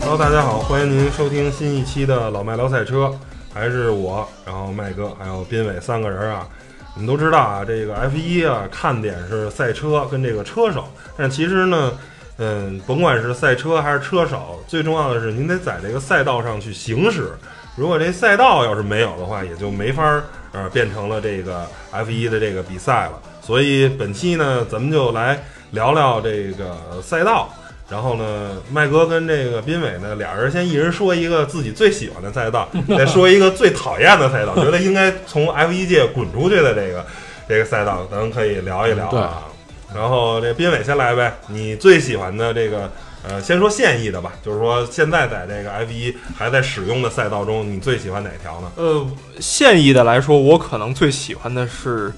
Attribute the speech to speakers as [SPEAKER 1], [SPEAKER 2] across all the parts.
[SPEAKER 1] Hello，大家好，欢迎您收听新一期的老麦聊赛车，还是我，然后麦哥还有斌伟三个人啊。我们都知道啊，这个 F 一啊，看点是赛车跟这个车手，但其实呢，嗯，甭管是赛车还是车手，最重要的是您得在这个赛道上去行驶。如果这赛道要是没有的话，也就没法儿呃变成了这个 F 一的这个比赛了。所以本期呢，咱们就来聊聊这个赛道。然后呢，麦哥跟这个斌伟呢，俩人先一人说一个自己最喜欢的赛道，再说一个最讨厌的赛道，觉得应该从 F 一界滚出去的这个这个赛道，咱们可以聊一聊啊。然后这斌伟先来呗，你最喜欢的这个呃，先说现役的吧，就是说现在在这个 F 一还在使用的赛道中，你最喜欢哪条呢？
[SPEAKER 2] 呃，现役的来说，我可能最喜欢的是，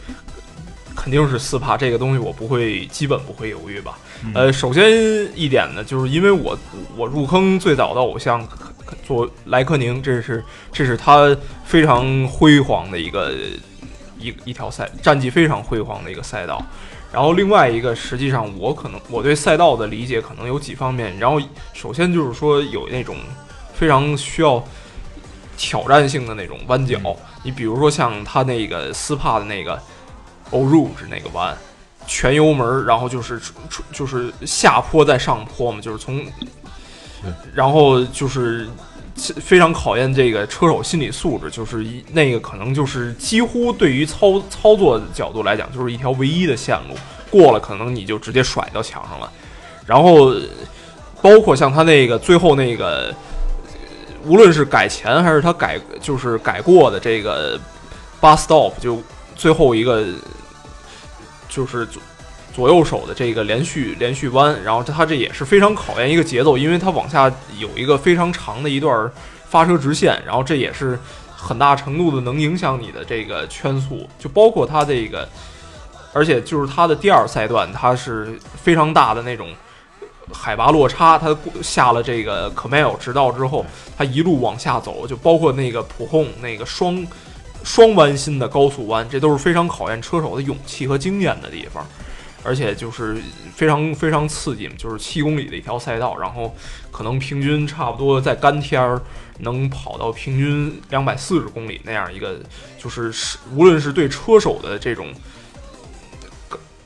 [SPEAKER 2] 肯定是四帕这个东西，我不会，基本不会犹豫吧。呃，首先一点呢，就是因为我我入坑最早的偶像可可做莱克宁，这是这是他非常辉煌的一个一一条赛，战绩非常辉煌的一个赛道。然后另外一个，实际上我可能我对赛道的理解可能有几方面。然后首先就是说有那种非常需要挑战性的那种弯角，你比如说像他那个呃斯帕的那个 o r u g e 那个弯，全油门，然后就是出出就是下坡再上坡嘛，就是从，然后就是非常考验这个车手心理素质，就是一那个可能就是几乎对于操操作角度来讲，就是一条唯一的线路，过了可能你就直接甩到墙上了，然后包括像他那个最后那个。无论是改前还是他改就是改过的这个 bus stop，就最后一个就是左左右手的这个连续连续弯，然后他这也是非常考验一个节奏，因为他往下有一个非常长的一段发车直线，然后这也是很大程度的能影响你的这个圈速，就包括他这个，而且就是他的第二赛段，它是非常大的那种。海拔落差，他过下了这个 Camel 直道之后，他一路往下走，就包括那个普控那个双双弯心的高速弯，这都是非常考验车手的勇气和经验的地方，而且就是非常非常刺激，就是七公里的一条赛道，然后可能平均差不多在干天儿能跑到平均两百四十公里那样一个，就是是无论是对车手的这种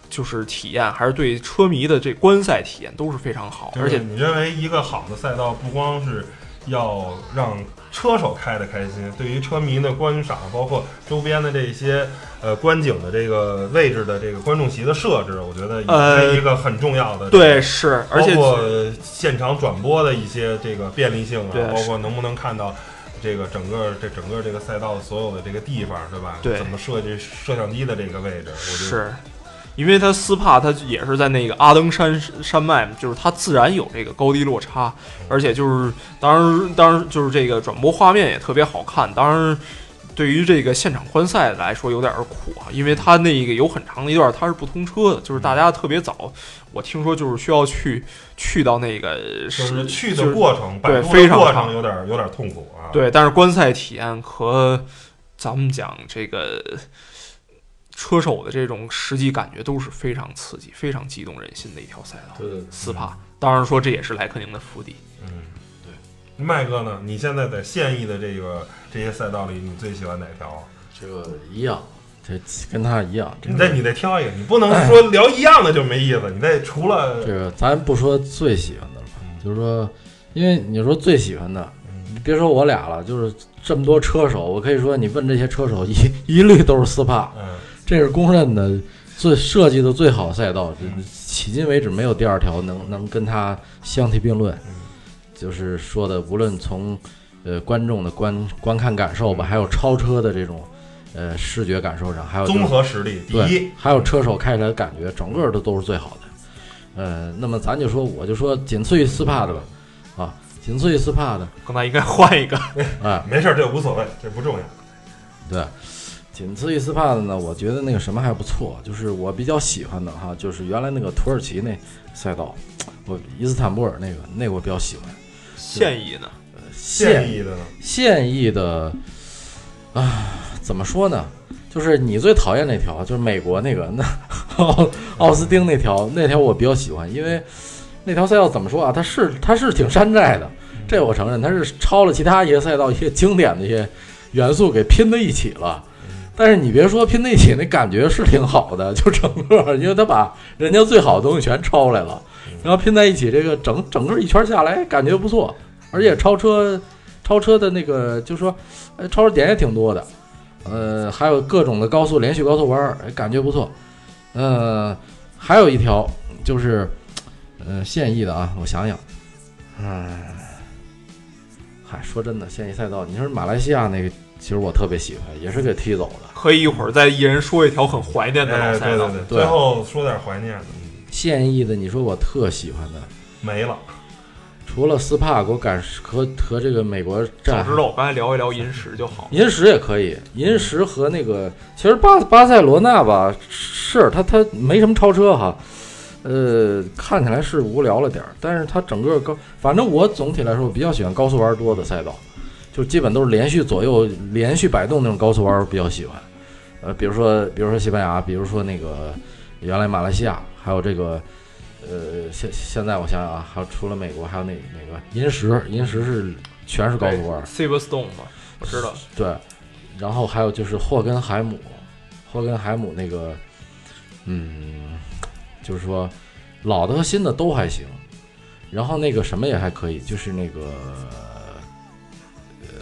[SPEAKER 2] 就是体验，还是对车迷的这观赛体验都是非常好，而且
[SPEAKER 1] 你认为一个好的赛道不光是要让车手开的开心，对于车迷的观赏，包括周边的这些呃观景的这个位置的这个观众席的设置，我觉得也是一个很重要的。
[SPEAKER 2] 呃对，是，而且
[SPEAKER 1] 包括现场转播的一些这个便利性啊
[SPEAKER 2] 对，
[SPEAKER 1] 包括能不能看到这个整个这整个这个赛道所有的这个地方，对吧？
[SPEAKER 2] 对
[SPEAKER 1] 怎么设计摄像机的这个位置？我觉得
[SPEAKER 2] 是，因为它斯帕它也是在那个阿登山山脉，就是它自然有这个高低落差，
[SPEAKER 1] 嗯
[SPEAKER 2] 而且就是当然当然就是这个转播画面也特别好看，当然。对于这个现场观赛来说有点儿苦啊，因为它那个有很长的一段它是不通车的，就是大家特别早，我听说就是需要去去到那个
[SPEAKER 1] 就是
[SPEAKER 2] 是
[SPEAKER 1] 去
[SPEAKER 2] 就
[SPEAKER 1] 的
[SPEAKER 2] 是
[SPEAKER 1] 过程，摆
[SPEAKER 2] 对
[SPEAKER 1] 渡
[SPEAKER 2] 非
[SPEAKER 1] 的
[SPEAKER 2] 常
[SPEAKER 1] 过
[SPEAKER 2] 长
[SPEAKER 1] 程有点有点痛苦啊。
[SPEAKER 2] 对，但是观赛体验和咱们讲这个车手的这种实际感觉都是非常刺激、非常激动人心的一条赛道。
[SPEAKER 3] 对对对，
[SPEAKER 2] 斯帕，当然说这也是莱克宁的福地。
[SPEAKER 1] 嗯，对。麦哥呢？你现在在现役的这个这些赛道里，你最喜欢哪条？
[SPEAKER 3] 这个一样，这跟他一样。这
[SPEAKER 1] 你
[SPEAKER 3] 个
[SPEAKER 1] 再你再挑一个，你不能说聊一样的就没意思。你再除了
[SPEAKER 3] 这个咱不说最喜欢的了吧，就是说，因为你说最喜欢的，你别说我俩了，就是这么多车手，我可以说你问这些车手一 一律都是斯帕，
[SPEAKER 1] 嗯，
[SPEAKER 3] 这是公认的最设计的最好赛道，这迄今为止没有第二条能能跟它相提并论。就是说的，无论从呃观众的观观看感受吧，还有超车的这种呃视觉感受上，还有就是
[SPEAKER 1] 综合实力第
[SPEAKER 3] 对
[SPEAKER 1] 一，，
[SPEAKER 3] 还有车手开起来的感觉，整个的都是最好的。呃，那么咱就说，我就说仅次于斯帕的吧。啊，紧随斯帕的，
[SPEAKER 2] 刚才应该换一个，
[SPEAKER 3] 哎，
[SPEAKER 1] 没事儿，这无所谓，这不重要。
[SPEAKER 3] 对，仅次于斯帕的呢，我觉得那个什么还不错，就是我比较喜欢的哈，就是原来那个土耳其那赛道，我伊斯坦布尔那个那个我比较喜欢。
[SPEAKER 2] 现役呢？
[SPEAKER 1] 建
[SPEAKER 3] 现
[SPEAKER 1] 议的呢？
[SPEAKER 3] 现役的啊，怎么说呢？就是你最讨厌那条，就是美国那个那 奥奥斯汀那条，那条我比较喜欢，因为那条赛道怎么说啊？它是它是挺山寨的，这我承认，它是抄了其他一些赛道一些经典的一些元素给拼在一起了。但是你别说拼在一起，那感觉是挺好的， 就整个，因为他把人家最好的东西全抄来了，然后拼在一起，这个整整个一圈下来感觉不错，而且超车超车的那个，就说，呃，超车点也挺多的，呃，还有各种的高速连续高速弯儿，哎感觉不错。呃，还有一条就是，呃，现役的啊，我想想，嗯，嗨，说真的，现役赛道，你说马来西亚那个，其实我特别喜欢，也是给踢走的。
[SPEAKER 2] 可以一会儿再一人说一条很怀念的
[SPEAKER 1] 哎，对
[SPEAKER 2] 老赛道
[SPEAKER 1] 对。对，
[SPEAKER 3] 对
[SPEAKER 1] 最后说点怀念的，嗯
[SPEAKER 3] 现役的，你说我特喜欢的，
[SPEAKER 1] 没了。
[SPEAKER 3] 除了斯帕，给我感和和这个美国
[SPEAKER 2] 早
[SPEAKER 3] 站
[SPEAKER 2] 知道我刚才聊一聊银石就好了。
[SPEAKER 3] 银石也可以，银石和那个其实巴巴塞罗那吧，是它它没什么超车哈，呃，看起来是无聊了点儿，但是它整个高，反正我总体来说我比较喜欢高速弯多的赛道，就基本都是连续左右连续摆动那种高速弯儿比较喜欢，呃，比如说比如说西班牙，比如说那个原来马来西亚，还有这个。呃，现现在我想想啊，还有除了美国，还有哪哪个银石？银石是全是高速弯儿，
[SPEAKER 2] Silverstone 嘛，我知道。
[SPEAKER 3] 对，然后还有就是霍根海姆，霍根海姆那个，嗯，就是说老的和新的都还行，然后那个什么也还可以，就是那个呃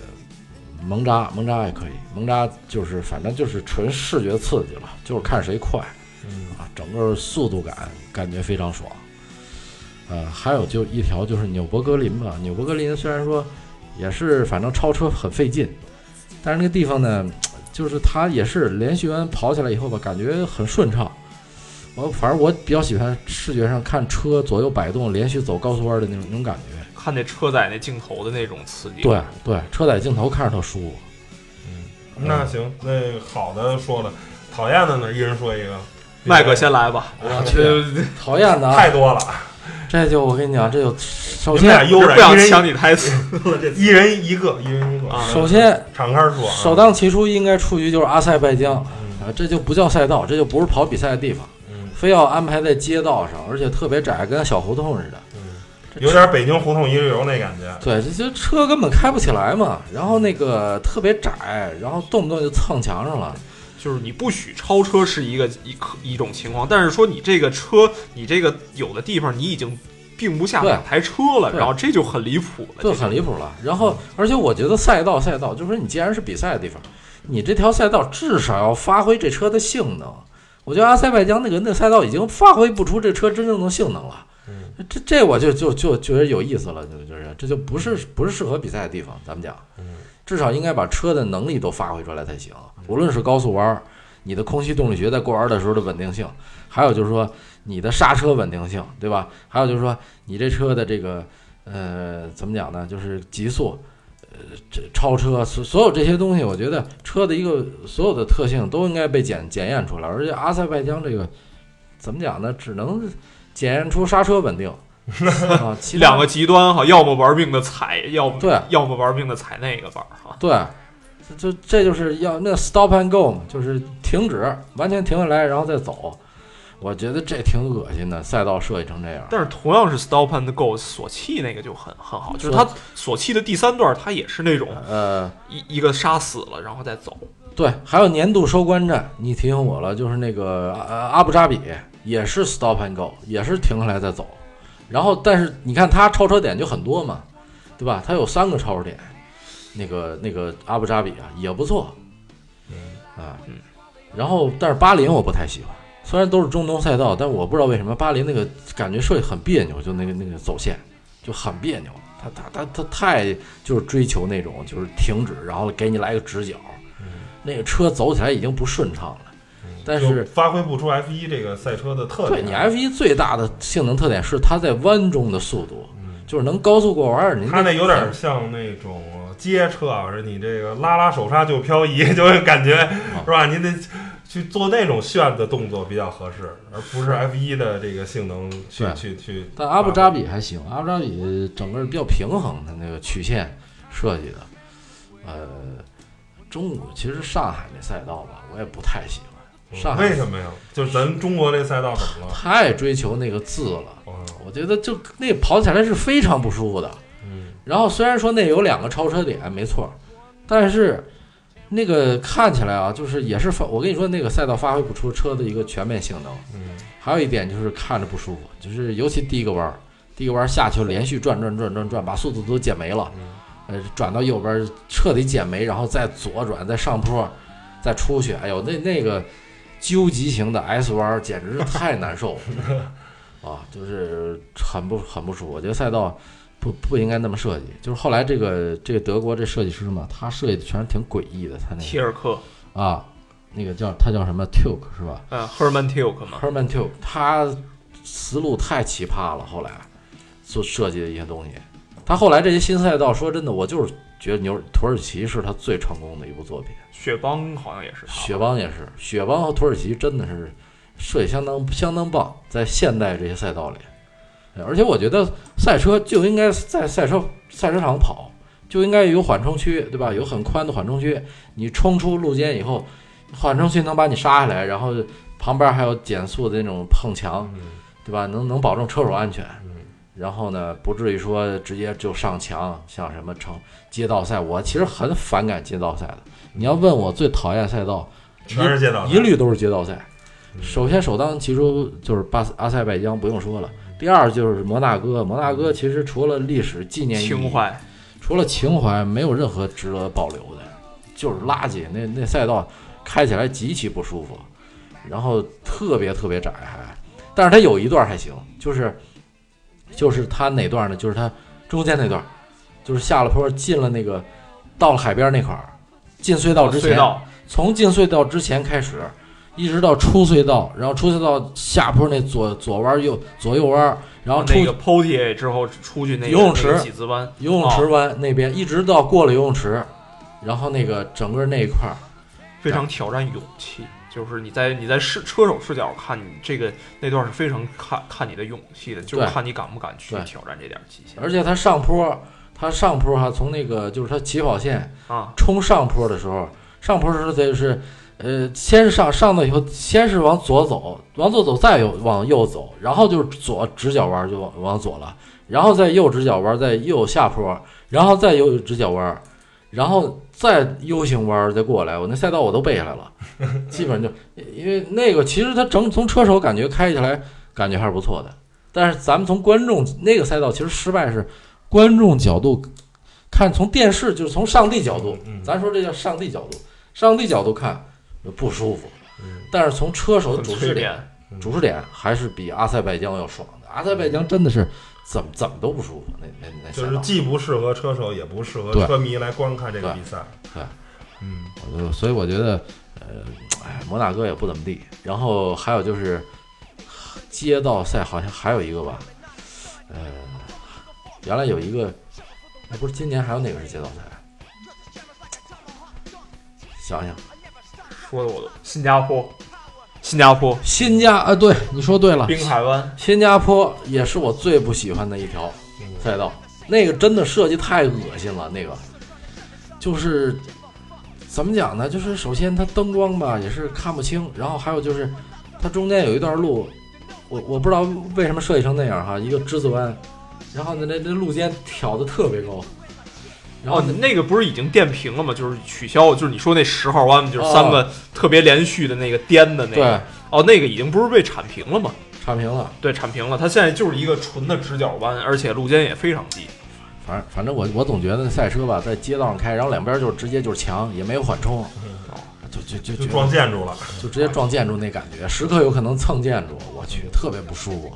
[SPEAKER 3] 蒙扎，蒙扎也可以，蒙扎就是反正就是纯视觉刺激了，就是看谁快
[SPEAKER 1] 嗯，
[SPEAKER 3] 啊，整个速度感感觉非常爽。呃，还有就一条就是纽博格林吧，纽博格林虽然说也是反正超车很费劲，但是那个地方呢，就是它也是连续弯跑起来以后吧，感觉很顺畅。我反正我比较喜欢视觉上看车左右摆动，连续走高速弯的那种那种感
[SPEAKER 1] 哎
[SPEAKER 3] 觉。
[SPEAKER 2] 看那车载那镜头的那种刺激。
[SPEAKER 3] 对对，车载镜头看着特舒服。
[SPEAKER 1] 嗯
[SPEAKER 3] 嗯
[SPEAKER 1] 那行，那好的说了，讨厌的呢，一人说一个。
[SPEAKER 2] 麦哥先来吧。
[SPEAKER 3] 我去，讨厌的啊，
[SPEAKER 1] 太多了，
[SPEAKER 3] 这就我跟你讲，这就首
[SPEAKER 1] 你们俩
[SPEAKER 3] 先
[SPEAKER 1] 悠
[SPEAKER 2] 我
[SPEAKER 1] 着，
[SPEAKER 2] 不想
[SPEAKER 1] 一人
[SPEAKER 2] 抢你台词
[SPEAKER 1] 一人一个，一人一个
[SPEAKER 2] 啊
[SPEAKER 3] 首先
[SPEAKER 1] 敞开说啊，
[SPEAKER 3] 首当其冲应该出局就是阿塞拜疆
[SPEAKER 1] 嗯
[SPEAKER 3] 啊，这就不叫赛道，这就不是跑比赛的地方，
[SPEAKER 1] 嗯
[SPEAKER 3] 非要安排在街道上，而且特别窄，跟小胡同似的。
[SPEAKER 1] 嗯，有点北京胡同一日游那感觉。
[SPEAKER 3] 对，这这车根本开不起来嘛，然后那个特别窄，然后动不动就蹭墙上了。
[SPEAKER 2] 就是你不许超车是一个一可一种情况，但是说你这个车，你这个有的地方你已经并不下
[SPEAKER 3] 对
[SPEAKER 2] 两台车了，
[SPEAKER 3] 对
[SPEAKER 2] 然后这就很离谱了。
[SPEAKER 3] 就很离谱了。然后，而且我觉得赛道赛道，就是说你既然是比赛的地方，你这条赛道至少要发挥这车的性能。我觉得阿塞拜疆那个那赛道已经发挥不出这车真正的性能了。
[SPEAKER 1] 嗯，
[SPEAKER 3] 这这我就就就觉得有意思了，就就是这就不是不是适合比赛的地方，咱们讲
[SPEAKER 1] 嗯，
[SPEAKER 3] 至少应该把车的能力都发挥出来才行。无论是高速弯儿，你的空气动力学在过弯儿的时候的稳定性，还有就是说你的刹车稳定性，对吧？还有就是说你这车的这个呃怎么讲呢？就是极速，呃，这超车，所所有这些东西，我觉得车的一个所有的特性都应该被检检验出来。而且阿塞拜疆这个怎么讲呢？只能检验出刹车 稳定啊，其他
[SPEAKER 2] 两个极端哈，要么玩命的踩，要么
[SPEAKER 3] 对
[SPEAKER 2] 要么玩命的踩那个板儿哈。
[SPEAKER 3] 对，这这这就是要那 stop and go 嘛，就是停止，完全停下来，然后再走。我觉得这挺恶心的，赛道设计成这样。
[SPEAKER 2] 但是同样是 Stop and Go，索契那个就很很好，就是它索契的第三段，它也是那种
[SPEAKER 3] 呃，
[SPEAKER 2] 一一个杀死了然后再走，
[SPEAKER 3] 对，还有年度收官战，你提醒我了，就是那个呃阿布扎比也是 stop and go，也是停下来再走。然后，但是你看它超车点就很多嘛，对吧？它有三个超车点，那个那个阿布扎比啊也不错
[SPEAKER 1] 嗯
[SPEAKER 3] 啊
[SPEAKER 2] 嗯。
[SPEAKER 3] 然后，但是巴林我不太喜欢，虽然都是中东赛道，但我不知道为什么巴林那个感觉设计很别扭，就那个那个走线就很别扭。他他他他太就是追求那种就是停止，然后给你来个直角，
[SPEAKER 1] 嗯
[SPEAKER 3] 那个车走起来已经不顺畅了。
[SPEAKER 1] 嗯
[SPEAKER 3] 但是
[SPEAKER 1] 就发挥不出 F 一这个赛车的特
[SPEAKER 3] 对
[SPEAKER 1] 点。
[SPEAKER 3] 你 F 一最大的性能特点是它在弯中的速度，
[SPEAKER 1] 嗯，
[SPEAKER 3] 就是能高速过弯儿。您
[SPEAKER 1] 它那有点像那种街车，啊，是你这个拉拉手刹就漂移， 就会感觉
[SPEAKER 3] 哦
[SPEAKER 1] 是吧？你得去做那种炫的动作比较合适，而不是 F 一的这个性能去
[SPEAKER 3] 对
[SPEAKER 1] 去去。
[SPEAKER 3] 但阿布
[SPEAKER 1] 啊
[SPEAKER 3] 扎比还行，阿布扎比整个比较平衡，它那个曲线设计的。呃，中午其实上海那赛道吧，我也不太喜欢。上
[SPEAKER 1] 嗯
[SPEAKER 3] 海
[SPEAKER 1] 为什么呀？就是咱中国这赛道怎 么了？
[SPEAKER 3] 太追求那个字了，
[SPEAKER 1] 嗯
[SPEAKER 3] 我觉得就那跑起来是非常不舒服的。
[SPEAKER 1] 嗯，
[SPEAKER 3] 然后虽然说那有两个超车点没错，但是那个看起来啊，就是也是发，我跟你说那个赛道发挥不出车的一个全面性能。
[SPEAKER 1] 嗯，
[SPEAKER 3] 还有一点就是看着不舒服，就是尤其第一个弯儿，第一个弯儿下去连续转转转转转，把速度都减没了，呃，转到右边儿彻底减没，然后再左转，再上坡，再出去，哎呦，那那个究极型的 S 弯儿简直是太难受了啊，就是很不很不舒服。我觉得赛道不不应该那么设计，就是后来这个这个德国这设计师嘛，他设计的全是挺诡异的，他那
[SPEAKER 2] 切尔克，
[SPEAKER 3] 个啊，那个叫他叫什么 Tuke 是吧？
[SPEAKER 2] 呃，赫尔曼蒂克嘛，
[SPEAKER 3] Herman t u 他思路太奇葩了，后来所设计的一些东西，他后来这些新赛道，说真的，我就是觉得牛土耳其是他最成功的一部作品，
[SPEAKER 2] 雪邦好像也是他吧。
[SPEAKER 3] 雪邦也是，雪邦和土耳其真的是设计相当相当棒，在现代这些赛道里，呃而且我觉得赛车就应该在赛车赛车场跑，就应该有缓冲区，对吧？有很宽的缓冲区，你冲出路肩以后，缓冲区能把你杀下来，然后旁边还有减速的那种碰墙，
[SPEAKER 1] 嗯
[SPEAKER 3] 对吧？能能保证车手安全。然后呢，不至于说直接就上墙，像什么成街道赛，我其实很反感街道赛的。你要问我最讨厌赛道，
[SPEAKER 1] 全是街道
[SPEAKER 3] 一律都是街道赛。
[SPEAKER 1] 嗯
[SPEAKER 3] 首先首当其冲就是巴斯阿塞拜疆，不用说了。第二就是摩纳哥，摩纳哥其实除了历史纪念意义
[SPEAKER 2] 情，怀，
[SPEAKER 3] 除了情怀，没有任何值得保留的，就是垃圾。那那赛道开起来极其不舒服，然后特别特别窄，还，但是它有一段还行，就是就是它哪段呢？就是它中间那段，就是下了坡进了那个到了海边那块儿，进隧道之前
[SPEAKER 2] 哦隧，道
[SPEAKER 3] 从进隧道之前开始，一直到出隧道，然后出隧道下坡那左左弯右左右弯，然后出
[SPEAKER 2] 哦那个 POTY 之后出去那个
[SPEAKER 3] 游泳池
[SPEAKER 2] 那个几字湾，
[SPEAKER 3] 游泳
[SPEAKER 2] 哦
[SPEAKER 3] 池湾那边，一直到过了游泳池，然后那个整个那一块儿，
[SPEAKER 2] 非常挑战勇气。就是你在你在视车手视角看你这个那段是非常看看你的勇气的，就是
[SPEAKER 3] 对
[SPEAKER 2] 看你敢不敢去
[SPEAKER 3] 对
[SPEAKER 2] 挑战这点极限
[SPEAKER 3] 而且它上坡，它上坡哈、从那个就是它起跑线
[SPEAKER 2] 啊！
[SPEAKER 3] 冲上坡的时候，上坡的时候它就是，呃，先是上上到以后，先是往左走，往左走，再有往右走，然后就是左直角弯就往往左了，然后再右直角弯，再右下坡，然后再右直角弯，然后再 U 型弯再过来，我那赛道我都背下来了， 基本就因为那个其实它整从车手感觉开起来感觉还是不错的，但是咱们从观众那个赛道其实失败是观众角度看，从电视就是从上帝角度，
[SPEAKER 1] 嗯嗯
[SPEAKER 3] 咱说这叫上帝角度，上帝角度看不舒服，
[SPEAKER 1] 嗯
[SPEAKER 3] 但是从车手
[SPEAKER 2] 很
[SPEAKER 3] 主
[SPEAKER 2] 淬
[SPEAKER 3] 视点
[SPEAKER 2] 炼
[SPEAKER 1] 嗯
[SPEAKER 3] 主视点还是比阿塞拜疆要爽的，阿塞拜疆真的是怎么怎么都不舒服，那那那
[SPEAKER 1] 就
[SPEAKER 3] 赛
[SPEAKER 1] 是
[SPEAKER 3] 道。
[SPEAKER 1] 既不适合车手，也不适合
[SPEAKER 3] 对
[SPEAKER 1] 车迷来观看这个
[SPEAKER 3] 对
[SPEAKER 1] 比赛。
[SPEAKER 3] 对
[SPEAKER 1] 嗯，
[SPEAKER 3] 我就所以我觉得，呃，哎，摩纳哥也不怎么地。然后还有就是街道赛，好像还有一个吧，呃，原来有一个，哎，不是今年还有哪个是街道赛？啊想想，
[SPEAKER 2] 说的我都新加坡，新加坡哦
[SPEAKER 3] 新加啊，对，你说对了，
[SPEAKER 2] 滨海湾
[SPEAKER 3] 新加坡也是我最不喜欢的一条赛道，那个真的设计太恶心了，那个就是怎么讲呢？就是首先它灯光吧也是看不清，然后还有就是它中间有一段路，我我不知道为什么设计成那样哈，一个之字弯，然后呢那那路肩挑的特别高，然后
[SPEAKER 2] 哦
[SPEAKER 3] 呢、，
[SPEAKER 2] 那个不是已经电平了吗？就是取消，就是你说那十号弯，就是三个特别连续的那个颠的那
[SPEAKER 3] 对
[SPEAKER 2] 个。哦，那个已经不是被铲平了吗？
[SPEAKER 3] 差评了。
[SPEAKER 2] 对，铲平了，它现在就是一个纯的直角弯，而且路肩也非常低。
[SPEAKER 3] 反正反正我我总觉得那赛车吧在街道上开，然后两边就是直接就是墙，也没有缓冲，
[SPEAKER 2] 嗯
[SPEAKER 3] 就就就
[SPEAKER 1] 就
[SPEAKER 3] 觉得
[SPEAKER 1] 撞建筑了。
[SPEAKER 3] 就直接撞建筑那感觉，时刻有可能蹭建筑，我去，特别不舒服。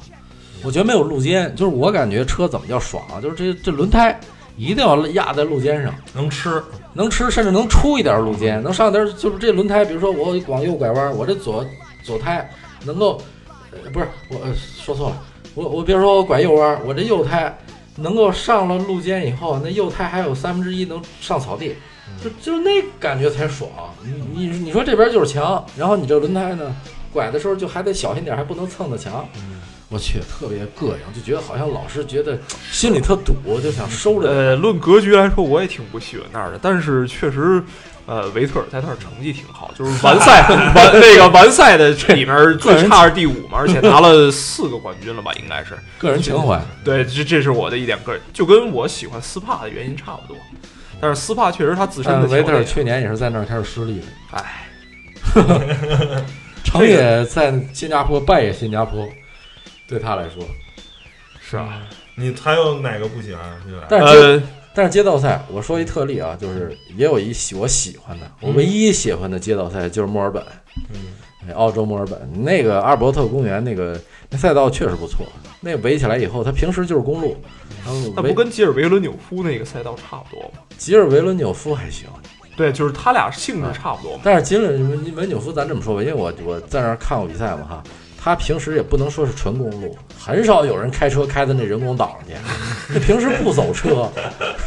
[SPEAKER 3] 我觉得没有路肩，就是我感觉车怎么叫爽啊，就是这这轮胎一定要压在路肩上，
[SPEAKER 1] 能吃，
[SPEAKER 3] 能吃甚至能出一点路肩，能上点就是这轮胎，比如说我往右拐弯，我这左左胎能够，呃、不是我、呃说错了，我我比如说我拐右弯，我这右胎能够上了路肩以后，那右胎还有三分之一能上草地，就就那感觉才爽。你你你说这边就是墙，然后你这轮胎呢，拐的时候就还得小心点，还不能蹭到墙。我去，特别膈应，就觉得好像老是觉得心里特堵，就想收着。
[SPEAKER 2] 呃，论格局来说，我也挺不喜欢那儿的，但是确实，呃，维特尔在那儿成绩挺好， 就是完赛完那个完赛的里面最差是第五嘛，而且拿了四个冠军了吧，应该是。
[SPEAKER 3] 个人情怀，
[SPEAKER 2] 对，这这是我的一点个人，就跟我喜欢斯帕的原因差不多。但是斯帕确实他自身
[SPEAKER 3] 但
[SPEAKER 2] 的
[SPEAKER 3] 是呃维
[SPEAKER 2] 条
[SPEAKER 3] 特尔
[SPEAKER 2] 件，
[SPEAKER 3] 去年也是在那儿开始失利的。
[SPEAKER 2] 哎，
[SPEAKER 3] 成也在新加坡，败也新加坡，对他来说。
[SPEAKER 2] 是啊，
[SPEAKER 1] 你还有哪个不喜欢？啊对吧
[SPEAKER 3] 但是街、
[SPEAKER 2] 呃，
[SPEAKER 3] 但是街道赛，我说一特例啊，就是
[SPEAKER 2] 嗯
[SPEAKER 3] 也有一喜我喜欢的，我唯一喜欢的街道赛就是墨尔本，
[SPEAKER 1] 嗯，
[SPEAKER 3] 哎澳洲墨尔本那个阿尔伯特公园那个那赛道确实不错，那围起来以后，它平时就是公路，然后
[SPEAKER 2] 嗯那
[SPEAKER 3] 维
[SPEAKER 2] 不跟吉尔维伦纽夫那个赛道差不多吗？
[SPEAKER 3] 吉尔维伦纽夫还行，
[SPEAKER 2] 对，就是他俩性
[SPEAKER 3] 嗯
[SPEAKER 2] 质差不多嘛。
[SPEAKER 3] 但是吉尔维维纽夫咱这么说吧，因为我我在那儿看过比赛嘛哈。他平时也不能说是纯公路，很少有人开车开到那人工岛上去。那平时不走车，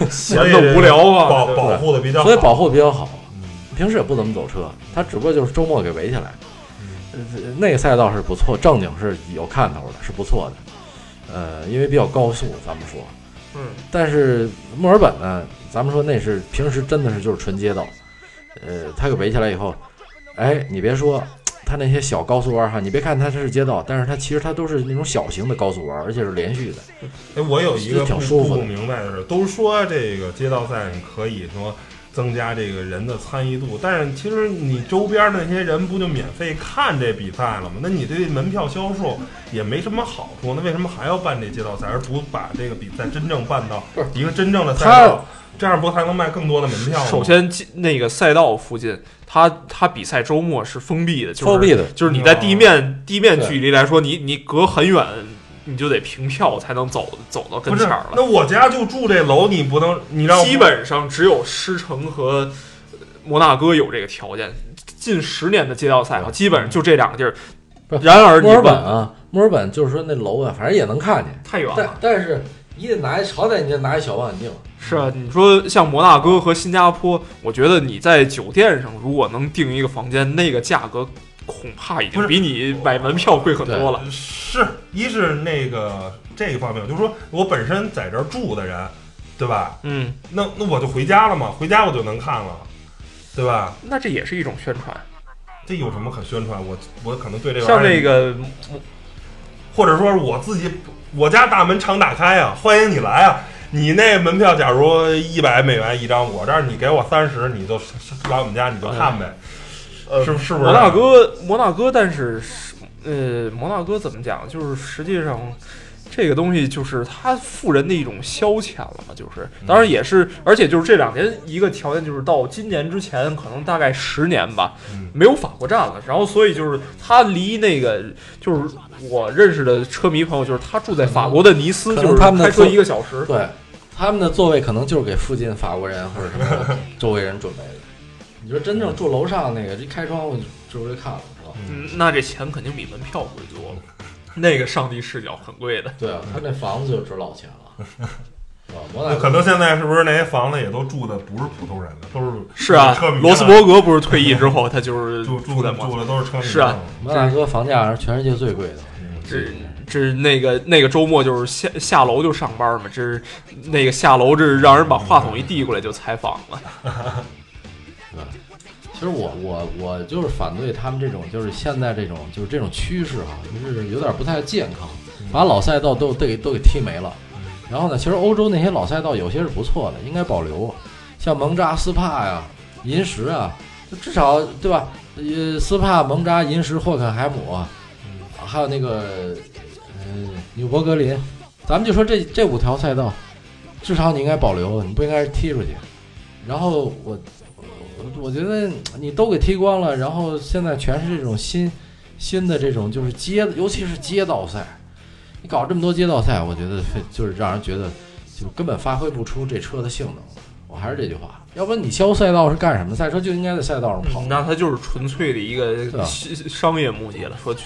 [SPEAKER 1] 所以
[SPEAKER 2] 闲得无聊啊
[SPEAKER 1] 保
[SPEAKER 2] 对
[SPEAKER 1] 保护的比较好，
[SPEAKER 3] 所以保护比较好。平时也不怎么走车，他只不过就是周末给围起来。呃，那个赛道是不错，正经是有看头的，是不错的。呃，因为比较高速，咱们说。
[SPEAKER 2] 嗯。
[SPEAKER 3] 但是墨尔本呢，咱们说那是平时真的是就是纯街道。呃，他给围起来以后，哎，你别说，他那些小高速弯儿哈，你别看它是街道，但是它其实它都是那种小型的高速弯儿，而且是连续的。
[SPEAKER 1] 哎，我有一个
[SPEAKER 3] 挺
[SPEAKER 1] 不
[SPEAKER 3] 舒服
[SPEAKER 1] 不
[SPEAKER 3] 的
[SPEAKER 1] 明白的是，都说这个街道赛你可以说增加这个人的参与度，但是其实你周边那些人不就免费看这比赛了吗？那你对门票销售也没什么好处，那为什么还要办这街道赛，而不把这个比赛真正办到
[SPEAKER 3] 不是
[SPEAKER 1] 一个真正的赛
[SPEAKER 3] 他
[SPEAKER 1] 道？这样不才能卖更多的门票吗？
[SPEAKER 2] 首先，进那个赛道附近，它它比赛周末是封闭的，就是
[SPEAKER 3] 封闭的
[SPEAKER 2] 就是你在地面地面
[SPEAKER 3] 对
[SPEAKER 2] 距离来说，你你隔很远，你就得凭票才能走走到跟
[SPEAKER 1] 不是
[SPEAKER 2] 前儿，了。
[SPEAKER 1] 那我家就住这楼，你不能你让我
[SPEAKER 2] 基本上只有狮城和呃摩纳哥有这个条件。近十年的街道赛啊，
[SPEAKER 3] 对
[SPEAKER 2] 基本上就这两个地儿
[SPEAKER 3] 不。是
[SPEAKER 2] 然而你
[SPEAKER 3] 墨尔本
[SPEAKER 2] 们
[SPEAKER 3] 啊，墨尔本就是说那楼啊，反正也能看见，
[SPEAKER 2] 太远
[SPEAKER 3] 但
[SPEAKER 2] 了，
[SPEAKER 3] 但是啊你得拿一，好歹你得拿一小望远镜。
[SPEAKER 2] 是啊，你说像摩纳哥和新加坡，我觉得你在酒店上如果能订一个房间，那个价格恐怕已
[SPEAKER 1] 不
[SPEAKER 2] 经
[SPEAKER 1] 是
[SPEAKER 2] 比你买门票贵很多了。
[SPEAKER 1] 是，一是那个这一方面，就是说我本身在这儿住的人，对吧？
[SPEAKER 2] 嗯，
[SPEAKER 1] 那那我就回家了嘛，回家我就能看了，对吧？
[SPEAKER 2] 那这也是一种宣传，
[SPEAKER 1] 这有什么可宣传？我我可能对这个
[SPEAKER 2] 像那，个
[SPEAKER 1] 或者说我自己，我家大门常打开啊，欢迎你来啊！你那门票假如一百美元一张，我这儿你给我三十，你就来我们家你就看呗，
[SPEAKER 4] 呃
[SPEAKER 1] 是不是不是？
[SPEAKER 2] 摩纳嗯哥，摩纳哥，但是是呃，摩纳哥怎么讲？就是实际上。这个东西就是他富人的一种消遣了嘛，就是当然也是，而且就是这两年一个条件就是到今年之前，可能大概十年吧，
[SPEAKER 1] 嗯，
[SPEAKER 2] 没有法国站了。然后所以就是他离那个就是我认识的车迷朋友，就是他住在法国的尼斯，
[SPEAKER 3] 可
[SPEAKER 2] 就
[SPEAKER 3] 能
[SPEAKER 2] 是
[SPEAKER 3] 他们的
[SPEAKER 2] 开车
[SPEAKER 3] 车
[SPEAKER 2] 一个小时。
[SPEAKER 3] 对，他们的座位可能就是给附近法国人或者什么周围人准备的。你说真正住楼上那个，这开窗户就就看了，是吧？
[SPEAKER 2] 嗯，那这钱肯定比门票贵多了。那个上帝视角很贵的，
[SPEAKER 3] 对啊，他那房子就值老钱 了，是吧？摩纳
[SPEAKER 1] 嗯那
[SPEAKER 3] 哥
[SPEAKER 1] 可能现在是不是那些房子也都住的不是普通人了，都是
[SPEAKER 2] 是啊
[SPEAKER 1] 车迷。了
[SPEAKER 2] 罗斯伯格不是退役之后，他就是
[SPEAKER 1] 住
[SPEAKER 2] 住
[SPEAKER 1] 住
[SPEAKER 2] 在
[SPEAKER 1] 的
[SPEAKER 2] 摩
[SPEAKER 1] 住的都是车迷了。
[SPEAKER 2] 是啊
[SPEAKER 3] 摩纳哥房价是全世界最贵的，
[SPEAKER 1] 嗯，
[SPEAKER 2] 这这那个那个周末就是下下楼就上班嘛，这是那个下楼这是让人把话筒一递过来就采访了。
[SPEAKER 3] 对吧？其实我我我就是反对他们这种，就是现在这种就是这种趋势哈、就是有点不太健康，把老赛道都都给都给踢没了。然后呢，其实欧洲那些老赛道有些是不错的，应该保留，像蒙扎、斯帕呀、银石啊，就至少对吧？呃，斯帕、蒙扎、银石、霍肯海姆，啊还有那个呃纽博格林，咱们就说这这五条赛道，至少你应该保留，你不应该踢出去。然后我我我觉得你都给踢光了，然后现在全是这种新新的这种就是街，尤其是街道赛，你搞这么多街道赛，我觉得非就是让人觉得就根本发挥不出这车的性能。我还是这句话，要不然你消赛道是干什么？赛车就应该在赛道上跑。
[SPEAKER 2] 嗯那他就是纯粹的一
[SPEAKER 3] 是啊
[SPEAKER 2] 个商商业目的了，说去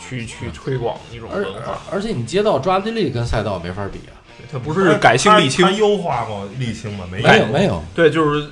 [SPEAKER 2] 去去推广一种
[SPEAKER 3] 而
[SPEAKER 2] 文化。
[SPEAKER 3] 而且你街道抓地力跟赛道没法比啊，
[SPEAKER 2] 它不是改性沥青
[SPEAKER 1] 它，优化过沥青吗？没
[SPEAKER 3] 没有
[SPEAKER 1] 有，
[SPEAKER 3] 没有
[SPEAKER 2] 对，就是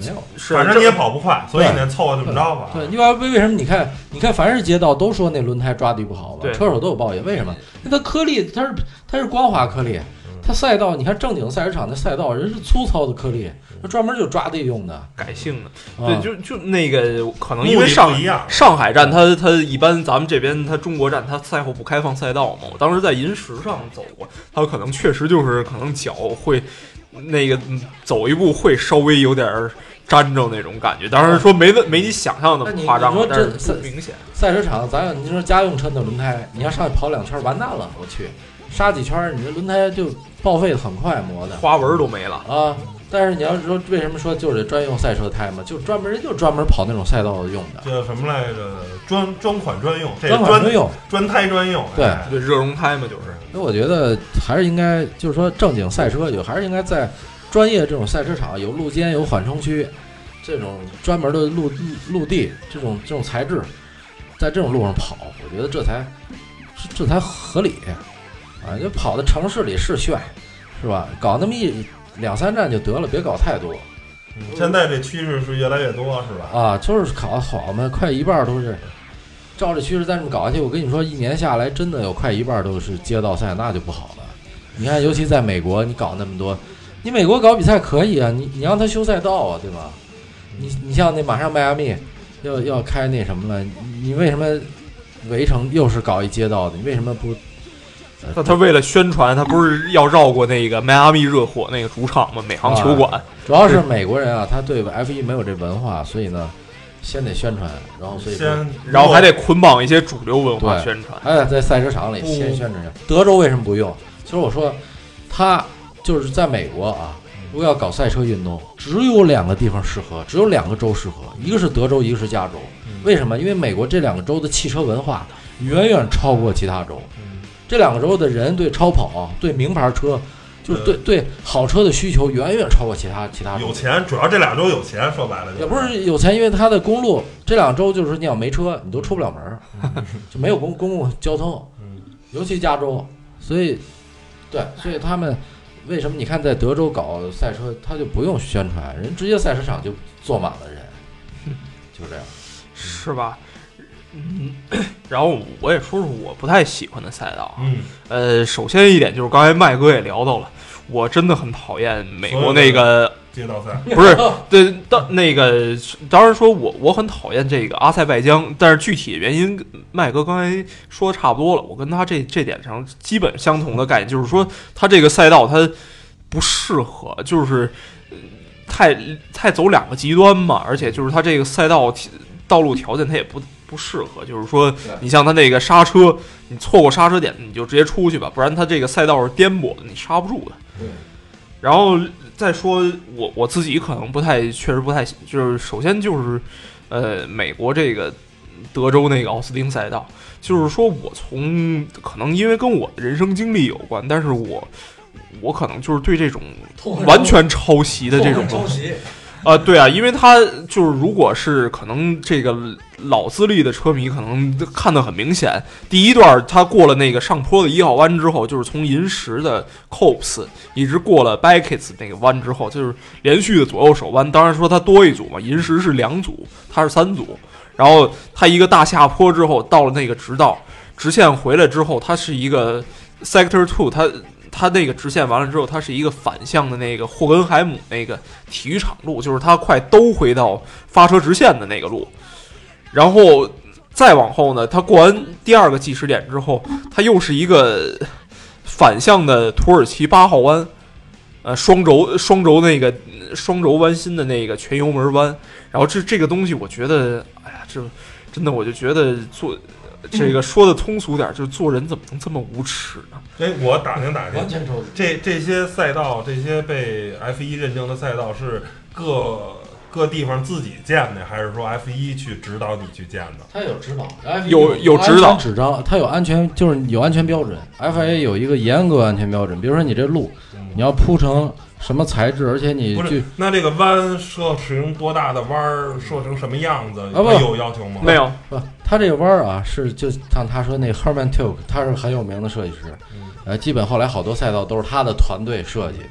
[SPEAKER 3] 没有。
[SPEAKER 2] 是
[SPEAKER 1] 反正你也跑不快，所以呢，凑合这么
[SPEAKER 3] 对
[SPEAKER 1] 着吧。
[SPEAKER 3] 对，URV 为什么你看，你看凡是街道都说那轮胎抓地不好吧
[SPEAKER 2] 对，嗯
[SPEAKER 3] 车手都有抱怨，为什么？因为它颗粒它是它是光滑颗粒，它赛道你看正经赛车场的赛道人是粗糙的颗粒，它专门就抓地用的。啊、
[SPEAKER 2] 改性的，嗯对，就就那个可
[SPEAKER 1] 目
[SPEAKER 2] 能
[SPEAKER 1] 的
[SPEAKER 2] 啊因为上
[SPEAKER 1] 不一样
[SPEAKER 2] 上海站它它一般咱们这边它中国站它赛后不开放赛道嘛，我当时在银石上走过，它可能确实就是可能脚会那个嗯走一步会稍微有点儿粘着那种感觉，当然说没那没你想象的
[SPEAKER 3] 那你
[SPEAKER 2] 夸张
[SPEAKER 3] 你说，
[SPEAKER 2] 但是
[SPEAKER 3] 这
[SPEAKER 2] 不明显。
[SPEAKER 3] 赛车场，咱要你说家用车的轮胎，你要上去跑两圈完蛋了，我去，刹几圈你这轮胎就报废的很快磨的
[SPEAKER 2] 花纹都没了。
[SPEAKER 3] 啊。但是你要是说为什么说就是专用赛车胎嘛，就专门人就专门跑那种赛道用的，
[SPEAKER 1] 叫什么来着？专专款专用，这
[SPEAKER 3] 专款专用。
[SPEAKER 1] 专胎专用。
[SPEAKER 3] 对
[SPEAKER 1] 哎
[SPEAKER 2] 对，热熔胎嘛，就是
[SPEAKER 3] 那我觉得还是应该，就是说正经赛车有，还是应该在专业这种赛车场有路肩、有缓冲区，这种专门的陆陆地这种这种材质，在这种路上跑，我觉得这才这这才合理啊！就跑到城市里是炫，是吧？搞那么一两三站就得了，别搞太多
[SPEAKER 1] 嗯现在这趋势是越来越多，是吧？
[SPEAKER 3] 啊！就是搞好嘛，快一半都是。照这趋势再这么搞下去，我跟你说，一年下来真的有快一半都是街道赛，那就不好了。你看，尤其在美国，你搞那么多，你美国搞比赛可以啊，你你让他修赛道啊，对吧？你你像那马上迈阿密要要开那什么了，你为什么围城又是搞一街道的？你为什么不？呃
[SPEAKER 2] 那他为了宣传，他不是要绕过那个迈阿密热火那个主场吗？美航球馆，
[SPEAKER 3] 主要是美国人啊，他对 F 1没有这文化，所以呢，先得宣传，然嗯后所以说
[SPEAKER 1] 先，
[SPEAKER 2] 然后还得捆绑一些主流文化宣传。
[SPEAKER 3] 哎，在赛车场里先宣传一下。德州为什么不用？其实我说，他就是在美国啊，如果要搞赛车运动，只有两个地方适合，只有两个州适合，一个是德州，一个是加州。
[SPEAKER 1] 嗯
[SPEAKER 3] 为什么？因为美国这两个州的汽车文化远远超过其他州，
[SPEAKER 1] 嗯
[SPEAKER 3] 这两个州的人对超跑、对名牌车，就是对对好车的需求远远超过其他其他州
[SPEAKER 1] 有。钱，主要这俩州有钱，说白了就
[SPEAKER 3] 也不是有钱，因为它的公路这两周就是你要没车，你都出不了门儿， 就没有公公共交通
[SPEAKER 1] 嗯，
[SPEAKER 3] 尤其加州，所以对，所以他们为什么你看在德州搞赛车，他就不用宣传，人直接赛车场就坐满了人，就是这样。
[SPEAKER 2] 是吧？嗯， 然后我也说说我不太喜欢的赛道啊。
[SPEAKER 1] 嗯，
[SPEAKER 2] 呃，首先一点就是刚才麦哥也聊到了，我真的很讨厌美国那个
[SPEAKER 1] 街道赛
[SPEAKER 2] 不是对当那个，当然说我我很讨厌这个阿塞拜疆，但是具体原因，麦哥刚才说的差不多了，我跟他这这点上基本相同的概念，就是说他这个赛道它不适合，就是呃太太走两个极端嘛，而且就是它这个赛道道路条件它也不不适合，就是说你像它那个刹车，你错过刹车点你就直接出去吧，不然它这个赛道是颠簸的，你刹不住的。
[SPEAKER 3] 对，
[SPEAKER 2] 然后再说我我自己可能不太，确实不太，就是首先就是，呃，美国这个德州那个奥斯汀赛道，就是说我从可能因为跟我的人生经历有关，但是我我可能就是对这种完全抄袭的这种东西。
[SPEAKER 4] 袭，
[SPEAKER 2] 啊，对啊，因为他就是，如果是可能这个老资历的车迷，可能看得很明显。第一段他过了那个上坡的一号弯之后，就是从银石的 Copes 一直过了 Beckett's 那个弯之后，就是连续的左右手弯。当然说它多一组嘛，银石是两组，它是三组。然后它一个大下坡之后，到了那个直道直线回来之后，它是一个 Sector Two，它它那个直线完了之后，它是一个反向的那个霍根海姆那个体育场路，就是它快兜回到发车直线的那个路，然后再往后呢，它过完第二个计时点之后，它又是一个反向的土耳其八号弯，呃，双轴双轴那个双轴弯心的那个全油门弯，然后这这个东西，我觉得，哎呀，这真的我就觉得做这个说的通俗点儿，就是做人怎么能这么无耻呢？
[SPEAKER 1] 哎，我打听打听
[SPEAKER 3] 完，全抽离。
[SPEAKER 1] 这这些赛道，这些被 F 一认证的赛道是各各地方自己建的，还是说 F 一去指导你去建的？
[SPEAKER 3] 他有指导，FIA
[SPEAKER 2] 有有指导
[SPEAKER 3] 安全指导，他有安全就是有安全标准，FIA 有一个严格安全标准，比如说你这路
[SPEAKER 1] 嗯
[SPEAKER 3] 你要铺成什么材质，而且你
[SPEAKER 1] 不，
[SPEAKER 3] 就是
[SPEAKER 1] 那这个弯设成多大的弯儿，设成什么样子，它
[SPEAKER 3] 不
[SPEAKER 1] 有要求吗？
[SPEAKER 2] 没有，
[SPEAKER 3] 不， 他这个弯儿啊，是就像他说那 Herman t u k 他是很有名的设计师
[SPEAKER 1] 嗯，
[SPEAKER 3] 呃，基本后来好多赛道都是他的团队设计的，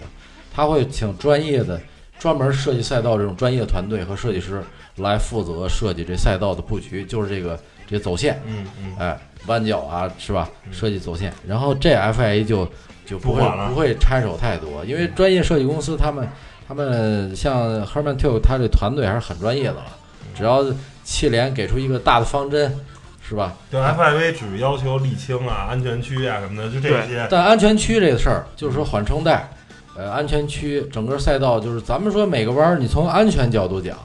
[SPEAKER 3] 他会请专业的、专门设计赛道这种专业团队和设计师来负责设计这赛道的布局，就是这个这走线，
[SPEAKER 1] 嗯嗯，
[SPEAKER 3] 哎，弯角啊，是吧？
[SPEAKER 1] 嗯
[SPEAKER 3] 设计走线，然后这 FIA 就就不
[SPEAKER 1] 不
[SPEAKER 3] 会
[SPEAKER 1] 管了嗯
[SPEAKER 3] 不会插手太多，因为专业设计公司他们他们像 Herman t u k 他这团队还是很专业的了，
[SPEAKER 1] 嗯
[SPEAKER 3] 只要汽联给出一个大的方针，是吧？
[SPEAKER 1] 就 FIV 只要求沥青啊、安全区啊什么的，就这
[SPEAKER 2] 对
[SPEAKER 1] 些。
[SPEAKER 3] 但安全区这个事儿，就是说缓冲带，呃，安全区整个赛道，就是咱们说每个弯儿，你从安全角度讲，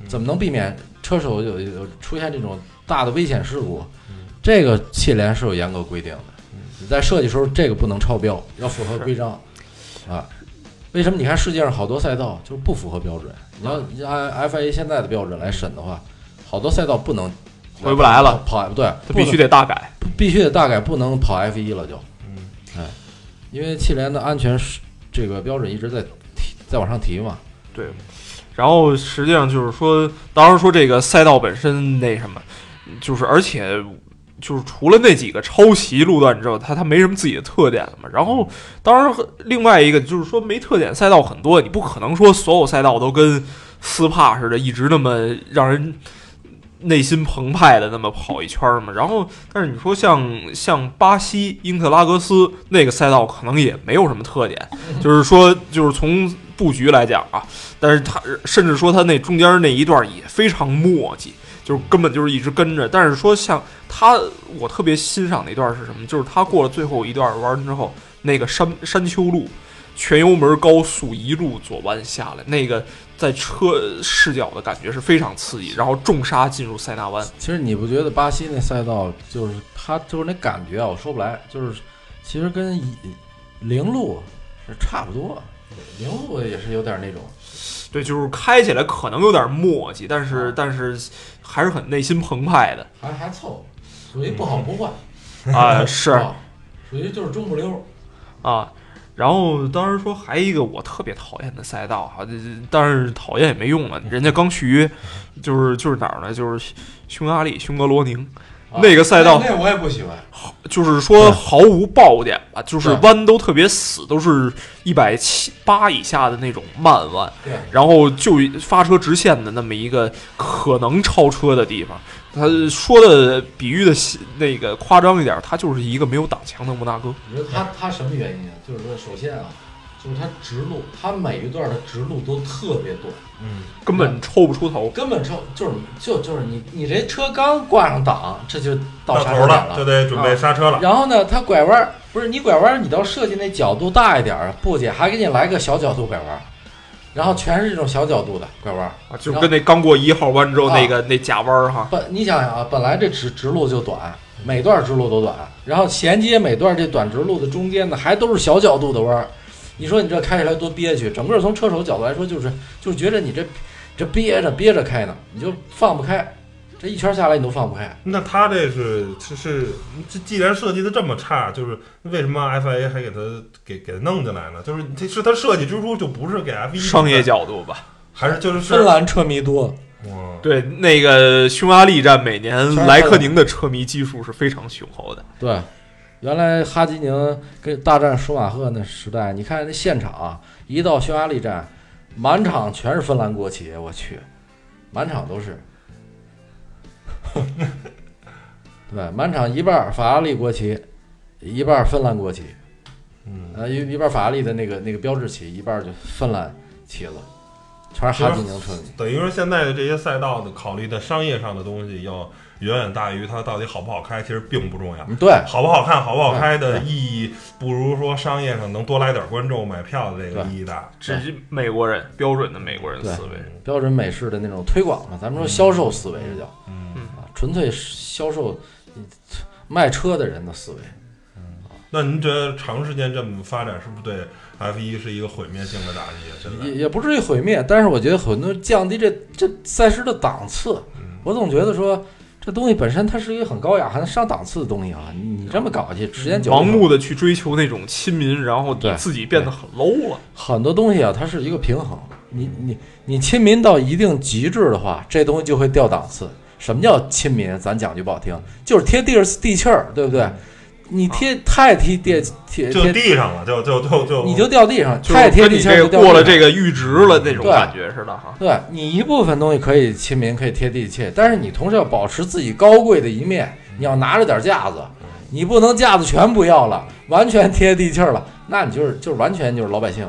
[SPEAKER 2] 嗯
[SPEAKER 3] 怎么能避免车手有有出现这种大的危险事故
[SPEAKER 1] 嗯？
[SPEAKER 3] 这个汽联是有严格规定的
[SPEAKER 1] 嗯，
[SPEAKER 3] 你在设计时候这个不能超标，要符合
[SPEAKER 2] 是
[SPEAKER 3] 规章啊。为什么你看世界上好多赛道就是不符合标准？你
[SPEAKER 2] 嗯
[SPEAKER 3] 要你按 FIA 现在的标准来审的话，好多赛道不能
[SPEAKER 2] 回不来了，
[SPEAKER 3] 跑对，
[SPEAKER 2] 它必须得大改。
[SPEAKER 3] 不能必须得大概不能跑 F 一了就。
[SPEAKER 1] 嗯，
[SPEAKER 3] 因为汽联的安全是这个标准一直在提，在往上提嘛。
[SPEAKER 2] 对，然后实际上就是说，当然说这个赛道本身那什么，就是而且就是除了那几个抄袭路段之后，它它没什么自己的特点了嘛。然后当然另外一个就是说没特点赛道很多，你不可能说所有赛道都跟斯帕似的，一直那么让人。内心澎湃的那么跑一圈儿嘛，然后但是你说像像巴西英特拉格斯那个赛道可能也没有什么特点，就是说就是从布局来讲啊，但是他甚至说他那中间那一段也非常磨叽，就是根本就是一直跟着。但是说像他，我特别欣赏的一段是什么？就是他过了最后一段弯之后，那个山 山丘路，全油门高速一路左弯下来，那个在车视角的感觉是非常刺激，然后重刹进入塞纳湾。
[SPEAKER 3] 其实你不觉得巴西那赛道就是它就是那感觉啊，我说不来，就是其实跟一零路是差不多，零路也是有点那种。
[SPEAKER 2] 对，就是开起来可能有点磨叽，但是但是还是很内心澎湃的
[SPEAKER 3] 还还凑合，属于不好不坏，
[SPEAKER 2] 啊、嗯是。
[SPEAKER 3] 啊属于就是中不溜。
[SPEAKER 2] 啊。然后当时说还有一个我特别讨厌的赛道哈，这这但是讨厌也没用了，人家刚续约，就是就是哪儿呢？就是匈牙利匈格罗宁，
[SPEAKER 3] 啊
[SPEAKER 2] 那个赛道
[SPEAKER 3] 那我也不喜欢，
[SPEAKER 2] 就是说
[SPEAKER 3] 对
[SPEAKER 2] 毫无爆点吧，就
[SPEAKER 3] 对
[SPEAKER 2] 是弯都特别死，都是一百七八以下的那种慢弯，
[SPEAKER 3] 对，
[SPEAKER 2] 然后就发车直线的那么一个可能超车的地方。他说的比喻的那个夸张一点，它就是一个没有挡墙的摩纳哥。
[SPEAKER 3] 你说它它什么原因啊？就是说，首先啊，就是它直路，它每一段的直路都特别短。
[SPEAKER 1] 嗯，
[SPEAKER 2] 根本抽不出头，
[SPEAKER 3] 根本就就是就就是你你这车刚挂上档，这就
[SPEAKER 1] 到
[SPEAKER 3] 到刹
[SPEAKER 1] 头
[SPEAKER 3] 车点
[SPEAKER 1] 了就得准备刹车了。
[SPEAKER 3] 然后呢，它拐弯儿不是你拐弯儿，你倒设计那角度大一点儿，不姐还给你来个小角度拐弯儿，然后全是这种小角度的拐弯儿。
[SPEAKER 2] 啊，就是跟那刚过一号弯之后那个那假弯儿哈，
[SPEAKER 3] 本你想想啊，本来这直直路就短，每段直路都短，然后衔接每段这短直路的中间呢，还都是小角度的弯儿。你说你这开起来多憋屈，整个从车手角度来说，就是就是觉得你这这憋着憋着开呢，你就放不开，这一圈下来你都放不开。
[SPEAKER 1] 那他这是这是这既然设计的这么差，就是为什么 FIA 还给他给给他弄进来呢？就是这是他设计之初就不是给 F 一
[SPEAKER 2] 商业，角度吧。
[SPEAKER 1] 还是就是
[SPEAKER 3] 芬
[SPEAKER 1] 是
[SPEAKER 3] 兰车迷多，
[SPEAKER 1] 哇，嗯
[SPEAKER 2] 对，那个匈牙利站每年
[SPEAKER 3] 全是
[SPEAKER 2] 莱克宁的车迷基数是非常雄厚的。
[SPEAKER 3] 对，原来哈基宁跟大战舒马赫那时代，你看那现场啊一到匈牙利站，满场全是芬兰国旗，我去，满场都是。 对，满场一半儿法拉利国旗，一半儿芬兰国旗，
[SPEAKER 1] 嗯，
[SPEAKER 3] 呃，一一半儿法拉利的那个那个标志旗，一半儿就芬兰旗子，全是哈基宁车迷。
[SPEAKER 1] 等于说现在的这些赛道的考虑的商业上的东西，要远远大于它到底好不好开，其实并不重要。
[SPEAKER 3] 嗯对，
[SPEAKER 1] 好不好看、好不好开的意义，不如说商业上能多来点观众买票的这个
[SPEAKER 3] 对
[SPEAKER 1] 意义大。
[SPEAKER 2] 这是美国人标准的美国人思维，
[SPEAKER 3] 标准美式的那种推广嘛，咱们说销售思维这叫，
[SPEAKER 1] 嗯
[SPEAKER 2] 嗯
[SPEAKER 3] 啊，纯粹是销售嗯卖车的人的思维。
[SPEAKER 1] 那您觉得长时间这么发展，是不是对 F 一是一个毁灭性的打击？啊现在
[SPEAKER 3] 也也不至于
[SPEAKER 2] 嗯
[SPEAKER 3] 毁灭，但是我觉得很多降低这这赛事的档次。我总觉得说，这东西本身它是一个很高雅、很上档次的东西啊，你你这么搞去，时间久了
[SPEAKER 2] 盲目的去追求那种亲民，然后
[SPEAKER 3] 对
[SPEAKER 2] 自己变得很 low 了。
[SPEAKER 3] 很多东西啊，它是一个平衡。你你你亲民到一定极致的话，这东西就会掉档次。什么叫亲民？咱讲句不好听，就是贴地儿地气儿，对不
[SPEAKER 2] 嗯
[SPEAKER 3] 对？你贴太贴地贴
[SPEAKER 1] 就
[SPEAKER 3] 贴，
[SPEAKER 1] 地上了，就就就就
[SPEAKER 3] 你就掉地上，
[SPEAKER 2] 就
[SPEAKER 3] 太
[SPEAKER 2] 是
[SPEAKER 3] 贴
[SPEAKER 2] 跟
[SPEAKER 3] 地
[SPEAKER 2] 你
[SPEAKER 3] 气儿
[SPEAKER 2] 这
[SPEAKER 3] 就
[SPEAKER 2] 个
[SPEAKER 3] 掉
[SPEAKER 2] 过了
[SPEAKER 3] 地上
[SPEAKER 2] 这个阈值了那种
[SPEAKER 3] 对
[SPEAKER 2] 感觉似的哈。
[SPEAKER 3] 对你一部分东西可以亲民，可以贴地气，但是你同时要保持自己高贵的一面，你要拿着点架子，你不能架子全不要了，完全贴地气儿了，那你就是就是完全就是老百姓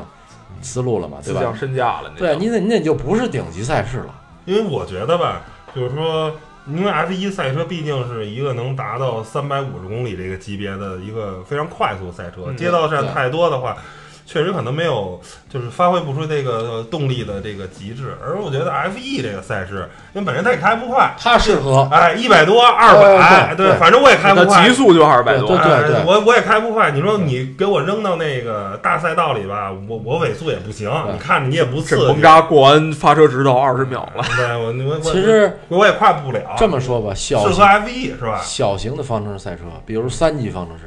[SPEAKER 3] 思路了嘛，对
[SPEAKER 2] 自降
[SPEAKER 3] 吧？
[SPEAKER 2] 身价了，那
[SPEAKER 3] 对，
[SPEAKER 2] 种
[SPEAKER 3] 你那你那就不是顶级赛事了，
[SPEAKER 1] 因为我觉得吧，就是说，因为 F 一赛车毕竟是一个能达到三百五十公里这个级别的一个非常快速赛车，
[SPEAKER 2] 嗯
[SPEAKER 1] 街道
[SPEAKER 3] 对
[SPEAKER 1] 站太多的话，确实可能没有就是发挥不出这个呃动力的这个极致。而我觉得 F E 这个赛事，因为本身它也开不快，
[SPEAKER 3] 它适合
[SPEAKER 1] 哎，一百多、二
[SPEAKER 3] 对
[SPEAKER 1] 百，
[SPEAKER 3] 对对
[SPEAKER 1] 反正我也开不
[SPEAKER 2] 那
[SPEAKER 1] 快
[SPEAKER 2] 极。速就二百多
[SPEAKER 3] 对，对
[SPEAKER 1] 哎我我也开不快，你说你给我扔到那个大赛道里吧，我我尾速也不行，
[SPEAKER 3] 对
[SPEAKER 1] 你看着你也不刺
[SPEAKER 2] 这
[SPEAKER 1] 激。
[SPEAKER 2] 蒙扎过完发车直道二十秒了，
[SPEAKER 1] 对，我我我
[SPEAKER 3] 其实
[SPEAKER 1] 我也快不了。
[SPEAKER 3] 这么说吧，小
[SPEAKER 1] 适合
[SPEAKER 3] 型
[SPEAKER 1] F E 啊是吧？嗯
[SPEAKER 3] 小型的方程式赛车，比如三级方程式，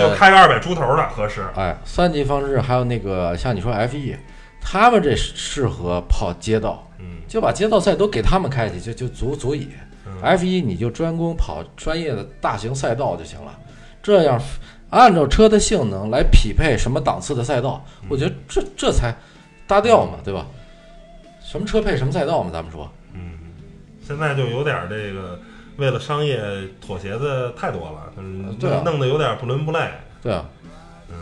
[SPEAKER 1] 就
[SPEAKER 3] 呃，
[SPEAKER 1] 开个二百出头的合适。
[SPEAKER 3] 哎，三级方程式还有那个像你说 F E，他们这适合跑街道。
[SPEAKER 1] 嗯
[SPEAKER 3] 就把街道赛都给他们开去，就就足足以。
[SPEAKER 1] 嗯
[SPEAKER 3] F 一你就专攻跑专业的大型赛道就行了，这样按照车的性能来匹配什么档次的赛道，我
[SPEAKER 1] 嗯
[SPEAKER 3] 觉得这这才搭调嘛，对吧？什么车配什么赛道嘛，咱们说
[SPEAKER 1] 嗯，现在就有点这个为了商业妥协的太多了，嗯，
[SPEAKER 3] 对啊
[SPEAKER 1] 弄得有点不伦不类。
[SPEAKER 3] 对啊，
[SPEAKER 1] 嗯，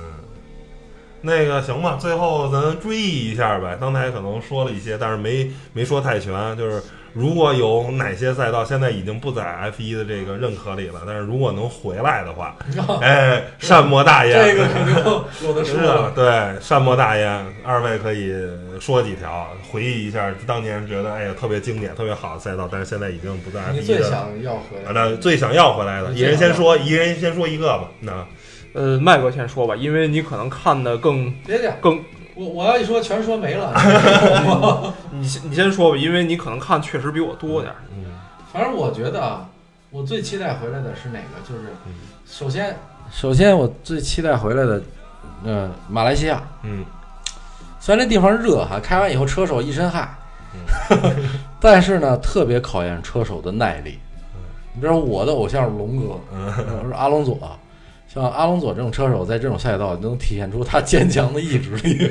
[SPEAKER 1] 那个行吧，最后咱追忆一下呗。刚才可能说了一些，但是没没说太全。就是如果有哪些赛道现在已经不在 F E 一的这个认可里了，但是如果能回来的 话，哎，善莫大焉。
[SPEAKER 3] 这个肯定有的
[SPEAKER 1] 是啊，对，善莫大焉，二位可以说几条，回忆一下当年觉得哎呀特别经典、特别好的赛道，但是现在已经不在 F
[SPEAKER 3] 你
[SPEAKER 1] 一
[SPEAKER 3] 最
[SPEAKER 1] 了。
[SPEAKER 3] 想要回
[SPEAKER 1] 啊
[SPEAKER 3] 来？
[SPEAKER 1] 那最想要回来的，
[SPEAKER 3] 你
[SPEAKER 1] 一
[SPEAKER 3] 最
[SPEAKER 1] 人
[SPEAKER 3] 想
[SPEAKER 1] 先
[SPEAKER 3] 要
[SPEAKER 1] 说，一人先说一个吧。那
[SPEAKER 2] 呃，麦哥先说吧，因为你可能看的更
[SPEAKER 3] 别这样，
[SPEAKER 2] 更，
[SPEAKER 3] 我我要一说全说没 了。
[SPEAKER 2] 你先你先说吧，因为你可能看确实比我多点儿。
[SPEAKER 1] 嗯
[SPEAKER 3] 反正我觉得啊，我最期待回来的是哪个？就是
[SPEAKER 1] 嗯
[SPEAKER 3] 首先，首先我最期待回来的，呃，马来西亚。
[SPEAKER 1] 嗯
[SPEAKER 3] 虽然这地方热哈，开完以后车手一身汗，
[SPEAKER 1] 嗯
[SPEAKER 3] 但是呢，特别考验车手的耐力。你比如说我的偶像是龙哥，
[SPEAKER 1] 嗯
[SPEAKER 3] 我是阿隆佐，像阿隆佐这种车手，在这种赛道能体现出他坚强的意志 力。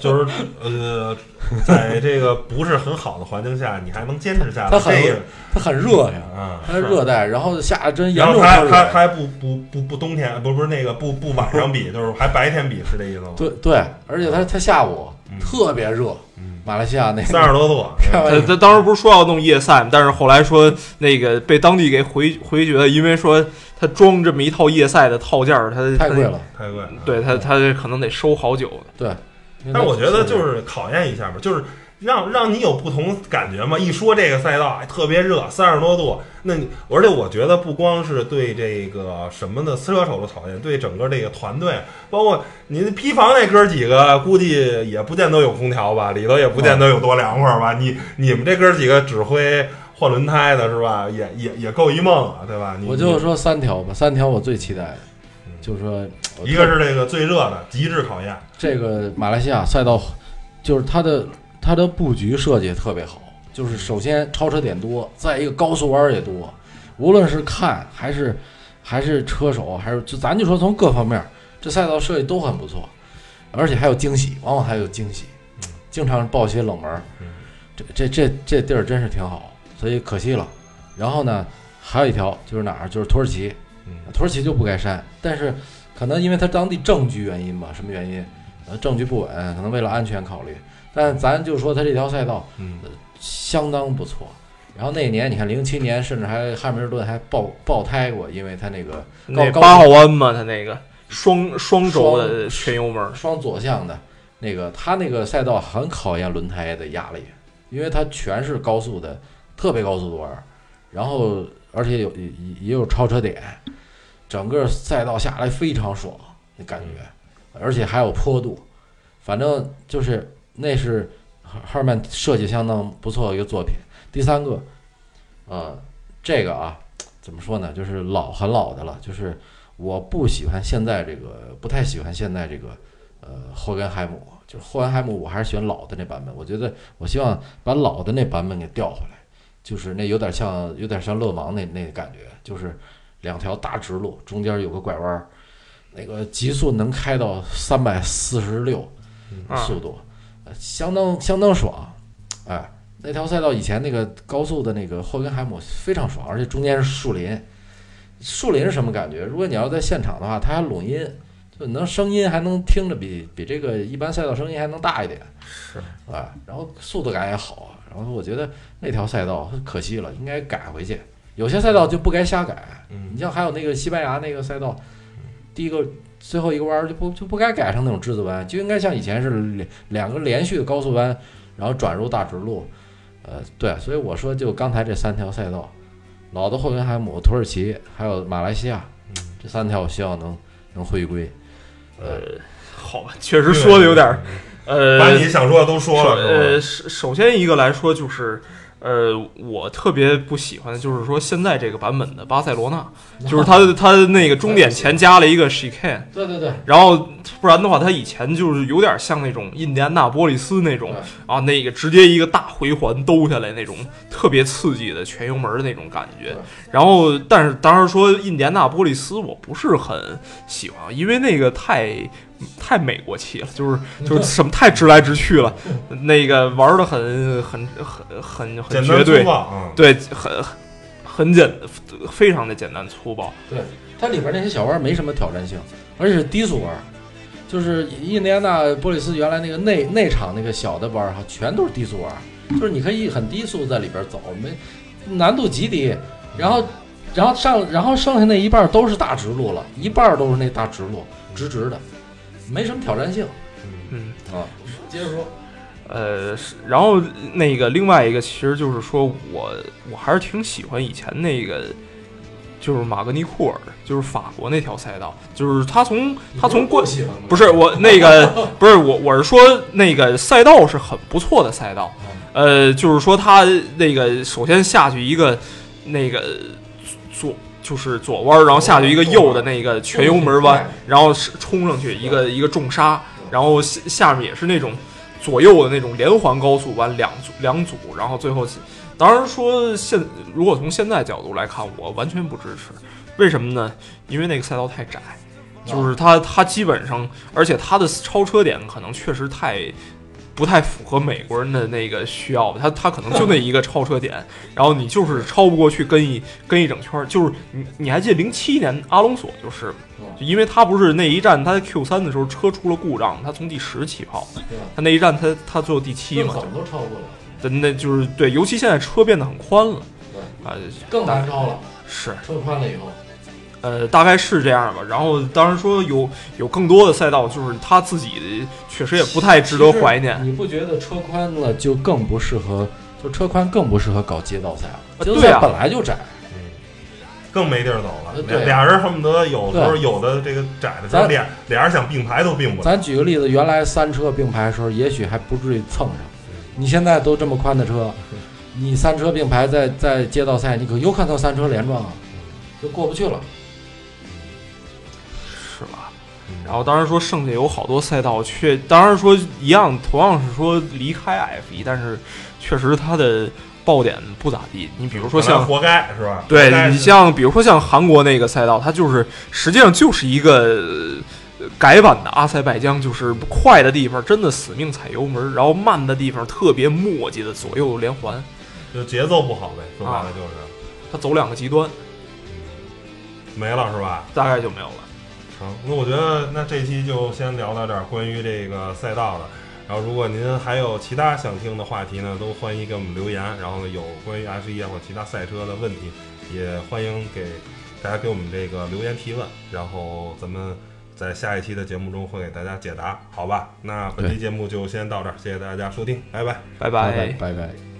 [SPEAKER 1] 就是呃，在这个不是很好的环境下，你还能坚持下
[SPEAKER 3] 他
[SPEAKER 1] 来，
[SPEAKER 3] 很
[SPEAKER 1] 这个
[SPEAKER 3] 他很热呀，
[SPEAKER 1] 啊。
[SPEAKER 3] 他是热带，然后下得真严
[SPEAKER 1] 然后
[SPEAKER 3] 重
[SPEAKER 1] 他
[SPEAKER 3] 车
[SPEAKER 1] 还他
[SPEAKER 3] 水。
[SPEAKER 1] 还不不不不冬天，不不是那个不不晚上比，就是还白天比，是这意思吗？
[SPEAKER 3] 对对，而且他他下午
[SPEAKER 1] 嗯
[SPEAKER 3] 特别热，
[SPEAKER 1] 嗯，
[SPEAKER 3] 马来西亚那
[SPEAKER 1] 三十多度，嗯
[SPEAKER 3] 开玩
[SPEAKER 2] 他
[SPEAKER 3] 笑，
[SPEAKER 2] 呃他当时不是说要弄夜赛吗？但是后来说那个被当地给回回绝了，因为说他装这么一套夜赛的套件儿，他
[SPEAKER 3] 太贵，了。
[SPEAKER 1] 太贵了。
[SPEAKER 2] 他对他他可能得收好久。
[SPEAKER 3] 对，因为
[SPEAKER 1] 但
[SPEAKER 3] 它
[SPEAKER 1] 我觉得就是是考验一下吧，就是让让你有不同感觉嘛。一说这个赛道，哎，特别热，三十多度，那你而且我觉得不光是对这个什么的车手的考验，对整个这个团队，包括您批房那哥几个，估计也不见得有空调吧，里头也不见
[SPEAKER 3] 嗯
[SPEAKER 1] 得有多凉快吧。你你们这哥几个指挥换轮胎的是吧，也也也够一梦了，对吧？你
[SPEAKER 3] 我就说三条吧，三条我最期待的
[SPEAKER 1] 嗯，
[SPEAKER 3] 就是说我
[SPEAKER 1] 一
[SPEAKER 3] 特
[SPEAKER 1] 个是这个最热的极致考验，
[SPEAKER 3] 这个马来西亚赛道，就是它的它的布局设计特别好，就是首先超车点多，再一个高速弯儿也多，无论是看还是还是车手，还是就咱就说从各方面儿，这赛道设计都很不错，而且还有惊喜，往往还有惊喜，经常爆一些冷门儿
[SPEAKER 1] 嗯，
[SPEAKER 3] 这这这这地儿真是挺好，所以可惜了。然后呢，还有一条就是哪儿，就是土耳其，
[SPEAKER 1] 嗯
[SPEAKER 3] 土耳其就不该删，但是可能因为它当地政局原因吧，什么原因？呃，政局不稳，可能为了安全考虑。但咱就说它这条赛道
[SPEAKER 1] 嗯
[SPEAKER 3] 相当不错。然后那年你看，零七年甚至还汉密尔顿还爆爆胎过，因为它那个
[SPEAKER 2] 那
[SPEAKER 3] 高
[SPEAKER 2] 八号弯嘛，他那个双双轴
[SPEAKER 3] 双
[SPEAKER 2] 的全油门儿，
[SPEAKER 3] 双左向的那个，它那个赛道很考验轮胎的压力，因为它全是高速的，特别高速的弯儿，然后而且有也也也有超车点，整个赛道下来非常爽，那感觉，而且还有坡度，反正就是那是哈尔曼设计相当不错的一个作品。第三个，呃，这个啊，怎么说呢？就是老很老的了，就是我不喜欢现在这个，不太喜欢现在这个，呃，霍根海姆，就是霍根海姆，我还是喜欢老的那版本。我觉得我希望把老的那版本给调回来，就是那有点像有点像勒芒那那感觉，就是两条大直路，中间有个拐弯儿，那个极速能开到三百四十六
[SPEAKER 2] 啊
[SPEAKER 3] 速度，呃相当相当爽，哎。那条赛道以前那个高速的那个霍根海姆非常爽，而且中间是树林，树林是什么感觉？如果你要在现场的话，它还拢音，就能声音还能听着比比这个一般赛道声音还能大一点，
[SPEAKER 2] 是
[SPEAKER 3] 啊，然后速度感也好啊。然后我觉得那条赛道可惜了，应该改回去。有些赛道就不该瞎改，
[SPEAKER 1] 嗯
[SPEAKER 3] 你像还有那个西班牙那个赛道，第一个最后一个弯儿就不就不该改成那种之字弯，就应该像以前是两两个连续的高速弯，然后转入大直路。呃，对，所以我说就刚才这三条赛道，老的霍根海姆、土耳其还有马来西亚
[SPEAKER 1] 嗯
[SPEAKER 3] 这三条，我希望能能回归。
[SPEAKER 2] 呃，好吧，确实说的有点儿呃，
[SPEAKER 1] 把你想说的都说了，嗯
[SPEAKER 2] 呃，
[SPEAKER 1] 是吧？
[SPEAKER 2] 首首先一个来说就是，呃，我特别不喜欢的就是说现在这个版本的巴塞罗那，就是 它它那个终点前加了一个 chicane，
[SPEAKER 3] 对对对，
[SPEAKER 2] 然后不然的话，它以前就是有点像那种印第安纳波利斯那种
[SPEAKER 1] 嗯
[SPEAKER 2] 啊，那个直接一个大回环兜下来那种特别刺激的全油门的那种感觉
[SPEAKER 1] 嗯
[SPEAKER 3] 对。
[SPEAKER 2] 然后，但是当时说印第安纳波利斯我不是很喜欢，因为那个太太美国气了，就是就是什么太直来直去了， 那个玩的很很很很很
[SPEAKER 1] 简
[SPEAKER 2] 绝
[SPEAKER 1] 单粗
[SPEAKER 2] 对，
[SPEAKER 1] 暴啊，
[SPEAKER 2] 对，很很简非常的简单粗暴。
[SPEAKER 3] 它里边那些小弯儿没什么挑战性，而且是低速弯儿，就是印第安纳波利斯原来那个内内场那个小的弯儿哈，全都是低速弯儿，就是你可以很低速在里边走，没难度极低。然后，然后上，然后剩下那一半儿都是大直路了，一半儿都是那大直路，直直的，没什么挑战性
[SPEAKER 1] 嗯
[SPEAKER 2] 嗯，
[SPEAKER 3] 啊。接着说，
[SPEAKER 2] 呃，是然后那个另外一个，其实就是说我我还是挺喜欢以前那个，就是马格尼库尔，就是法国那条赛道，就是他从他从过
[SPEAKER 3] 喜欢
[SPEAKER 2] 不是我那个不是我我是说那个赛道是很不错的赛道，呃，就是说他那个首先下去一个那个左就是左弯儿，然后下去一个右的那个全油门弯，然后是冲上去一个一个重刹，然后下下面也是那种左右的那种连环高速弯，两组两组，然后最后起，当然说现如果从现在角度来看，我完全不支持，为什么呢？因为那个赛道太窄。就是它，它基本上，而且它的超车点可能确实太不太符合美国人的那个需要吧，他他可能就那一个超车点，然后你就是超不过去，跟一跟一整圈儿，就是你你还记得零七年阿隆索就是吗，就因为他不是那一站他 Q 三的时候车出了故障，他从第十起跑
[SPEAKER 3] 对吧，
[SPEAKER 2] 他那一站他他最后第七
[SPEAKER 3] 更
[SPEAKER 2] 嘛
[SPEAKER 3] 怎，么都超过了，
[SPEAKER 2] 就那就是对，尤其现在车变得很宽了
[SPEAKER 3] 对
[SPEAKER 2] 啊，
[SPEAKER 3] 更难超了，
[SPEAKER 2] 是
[SPEAKER 3] 车宽了以后，
[SPEAKER 2] 呃，大概是这样吧。然后当然说有有更多的赛道，就是他自己确实也不太值得怀念。
[SPEAKER 3] 你不觉得车宽了就更不适合，就车宽更不适合搞街道赛了？
[SPEAKER 2] 啊
[SPEAKER 3] 街道
[SPEAKER 2] 对
[SPEAKER 3] 赛
[SPEAKER 2] 啊
[SPEAKER 3] 本来就窄，
[SPEAKER 1] 更没地儿走了
[SPEAKER 3] 呃。对
[SPEAKER 1] 俩人恨不得有时候
[SPEAKER 3] 对
[SPEAKER 1] 有的这个窄的时候，
[SPEAKER 3] 咱
[SPEAKER 1] 俩俩人想并排都并不了。
[SPEAKER 3] 咱举个例子，原来三车并排的时候，也许还不至于蹭上，
[SPEAKER 2] 嗯
[SPEAKER 3] 你现在都这么宽的车，你三车并排在在街道赛，你可有可能三车连撞啊，
[SPEAKER 2] 嗯
[SPEAKER 3] 就过不去了。
[SPEAKER 2] 是吧？然后当然说剩下有好多赛道却，当然说一样，同样是说离开 F E，一，但是确实它的爆点不咋地。你比如说
[SPEAKER 1] 本来
[SPEAKER 2] 像。
[SPEAKER 1] 活该是吧？活该
[SPEAKER 2] 对
[SPEAKER 1] 是
[SPEAKER 2] 你像，比如说像韩国那个赛道，它就是实际上就是一个呃改版的阿塞拜疆，就是快的地方真的死命踩油门，然后慢的地方特别磨叽的左右连环，
[SPEAKER 1] 就节奏不好呗，说白了
[SPEAKER 2] 啊
[SPEAKER 1] 就是
[SPEAKER 2] 它走两个极端，
[SPEAKER 1] 没了是吧？
[SPEAKER 2] 大概就没有了。
[SPEAKER 1] 成，那我觉得那这期就先聊到这儿，关于这个赛道的。然后，如果您还有其他想听的话题呢，都欢迎给我们留言。然后呢，有关于 F 啊1或其他赛车的问题，也欢迎给大家给我们这个留言提问。然后咱们在下一期的节目中会给大家解答，好吧？那本期节目就先到这儿，谢谢大家收听，拜拜。
[SPEAKER 2] 拜
[SPEAKER 3] 拜拜拜拜。